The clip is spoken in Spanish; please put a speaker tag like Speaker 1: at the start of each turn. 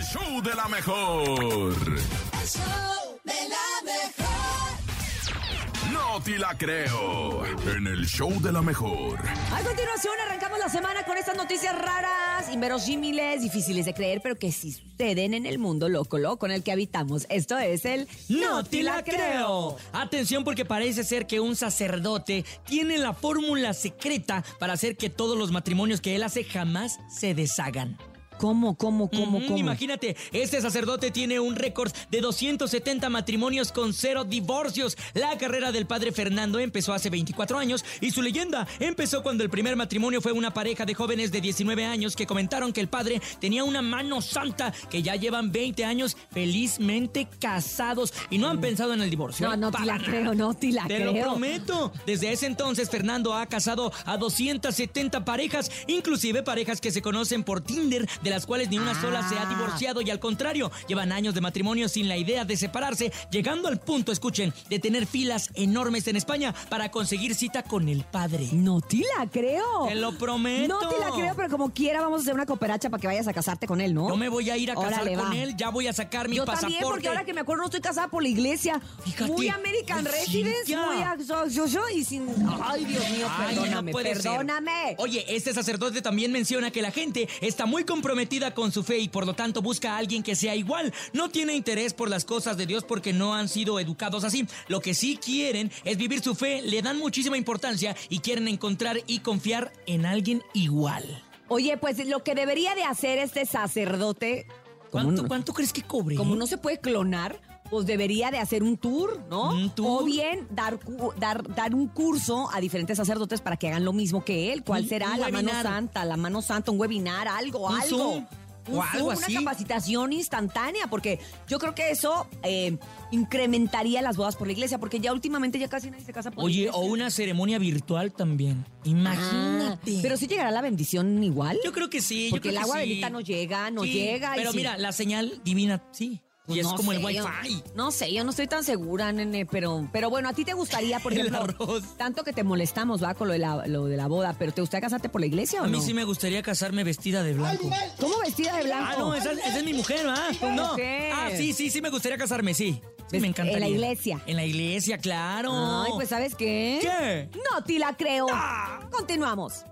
Speaker 1: show de la mejor.
Speaker 2: El show de la mejor.
Speaker 1: No te la creo. En el show de la mejor.
Speaker 3: A continuación arrancamos la semana con estas noticias raras, inverosímiles, difíciles de creer, pero que sí suceden en el mundo loco loco en el que habitamos. Esto es el
Speaker 4: No te la creo. Atención porque parece ser que un sacerdote tiene la fórmula secreta para hacer que todos los matrimonios que él hace jamás se deshagan.
Speaker 3: ¿Cómo, cómo, cómo,
Speaker 4: Ujú,
Speaker 3: cómo?
Speaker 4: Imagínate, este sacerdote tiene un récord de 270 matrimonios con cero divorcios. La carrera del padre Fernando empezó hace 24 años y su leyenda empezó cuando el primer matrimonio fue una pareja de jóvenes de 19 años que comentaron que el padre tenía una mano santa que ya llevan 20 años felizmente casados y no han pensado en el divorcio.
Speaker 3: No,
Speaker 4: ¿eh?
Speaker 3: no te
Speaker 4: Para
Speaker 3: la
Speaker 4: nada.
Speaker 3: creo, no te la Ah,
Speaker 4: Te
Speaker 3: creo.
Speaker 4: lo prometo. Desde ese entonces, Fernando ha casado a 270 parejas, inclusive parejas que se conocen por Tinder, de las cuales ni una
Speaker 3: Ah.
Speaker 4: sola se ha divorciado y al contrario, llevan años de matrimonio sin la idea de separarse, llegando al punto, escuchen, de tener filas enormes en España para conseguir cita con el padre.
Speaker 3: No te la creo.
Speaker 4: Te lo prometo.
Speaker 3: No te la creo, pero como quiera vamos a hacer una cooperacha para que vayas a casarte con él, ¿no?
Speaker 4: No me voy a ir a casar
Speaker 3: Órale,
Speaker 4: con
Speaker 3: va.
Speaker 4: él, ya voy a sacar mi
Speaker 3: Yo
Speaker 4: pasaporte.
Speaker 3: también, porque ahora que me acuerdo, no estoy casada por la iglesia.
Speaker 4: Fíjate.
Speaker 3: Muy American
Speaker 4: Ay,
Speaker 3: Residence,
Speaker 4: Cintia.
Speaker 3: muy a- yo, yo, yo, y sin. Ay, Dios mío,
Speaker 4: Ay, no
Speaker 3: perdóname,
Speaker 4: puede ser.
Speaker 3: perdóname.
Speaker 4: Oye, este sacerdote también menciona que la gente está muy comprometida con su fe y por lo tanto busca a alguien que sea igual. No tiene interés por las cosas de Dios porque no han sido educados así. Lo que sí quieren es vivir su fe, le dan muchísima importancia y quieren encontrar y confiar en alguien igual.
Speaker 3: Oye, pues lo que debería de hacer este sacerdote, como,
Speaker 4: ¿Cuánto,
Speaker 3: no,
Speaker 4: cuánto crees que cobre? eh?
Speaker 3: como no se puede clonar, pues debería de hacer un tour, ¿no?
Speaker 4: Un tour.
Speaker 3: O bien dar, cu- dar, dar un curso a diferentes sacerdotes para que hagan lo mismo que él. ¿Cuál
Speaker 4: Un-
Speaker 3: será?
Speaker 4: un
Speaker 3: la mano
Speaker 4: webinar.
Speaker 3: santa, la mano santa, un webinar, algo,
Speaker 4: Un
Speaker 3: algo.
Speaker 4: Zoom, o algo
Speaker 3: una
Speaker 4: así.
Speaker 3: capacitación instantánea, porque yo creo que eso eh, incrementaría las bodas por la iglesia, porque ya últimamente ya casi nadie se casa por la
Speaker 4: Oye,
Speaker 3: iglesia.
Speaker 4: o una ceremonia virtual también.
Speaker 3: eh. Ah,
Speaker 4: Imagínate.
Speaker 3: pero sí llegará la bendición igual.
Speaker 4: Yo creo que sí. yo
Speaker 3: Porque
Speaker 4: creo
Speaker 3: el
Speaker 4: que
Speaker 3: agua
Speaker 4: sí.
Speaker 3: bendita no llega, no
Speaker 4: Sí,
Speaker 3: llega. y
Speaker 4: Pero
Speaker 3: sí.
Speaker 4: mira, la señal divina, sí.
Speaker 3: Pues
Speaker 4: y es
Speaker 3: no
Speaker 4: como el
Speaker 3: sé, yo-
Speaker 4: wifi.
Speaker 3: no sé, yo no estoy tan segura, nene, pero, pero bueno, a ti te gustaría, por
Speaker 4: El
Speaker 3: ejemplo,
Speaker 4: arroz.
Speaker 3: tanto que te molestamos, va, con lo de la, lo de la boda, pero ¿te gustaría casarte por la iglesia o
Speaker 4: A mí
Speaker 3: no?
Speaker 4: sí me gustaría casarme vestida de blanco.
Speaker 3: ¿Cómo vestida de blanco?
Speaker 4: Ah, no, esa, esa es mi mujer, ¿ah?
Speaker 3: Tu
Speaker 4: No.
Speaker 3: mujer.
Speaker 4: Ah, sí, sí, sí me gustaría casarme, sí. Sí,
Speaker 3: Ves-
Speaker 4: me encantaría.
Speaker 3: Pues, en la iglesia.
Speaker 4: En la iglesia, claro.
Speaker 3: Ay, pues ¿sabes qué?
Speaker 4: ¿Qué? Ah.
Speaker 3: No te la creo. Continuamos.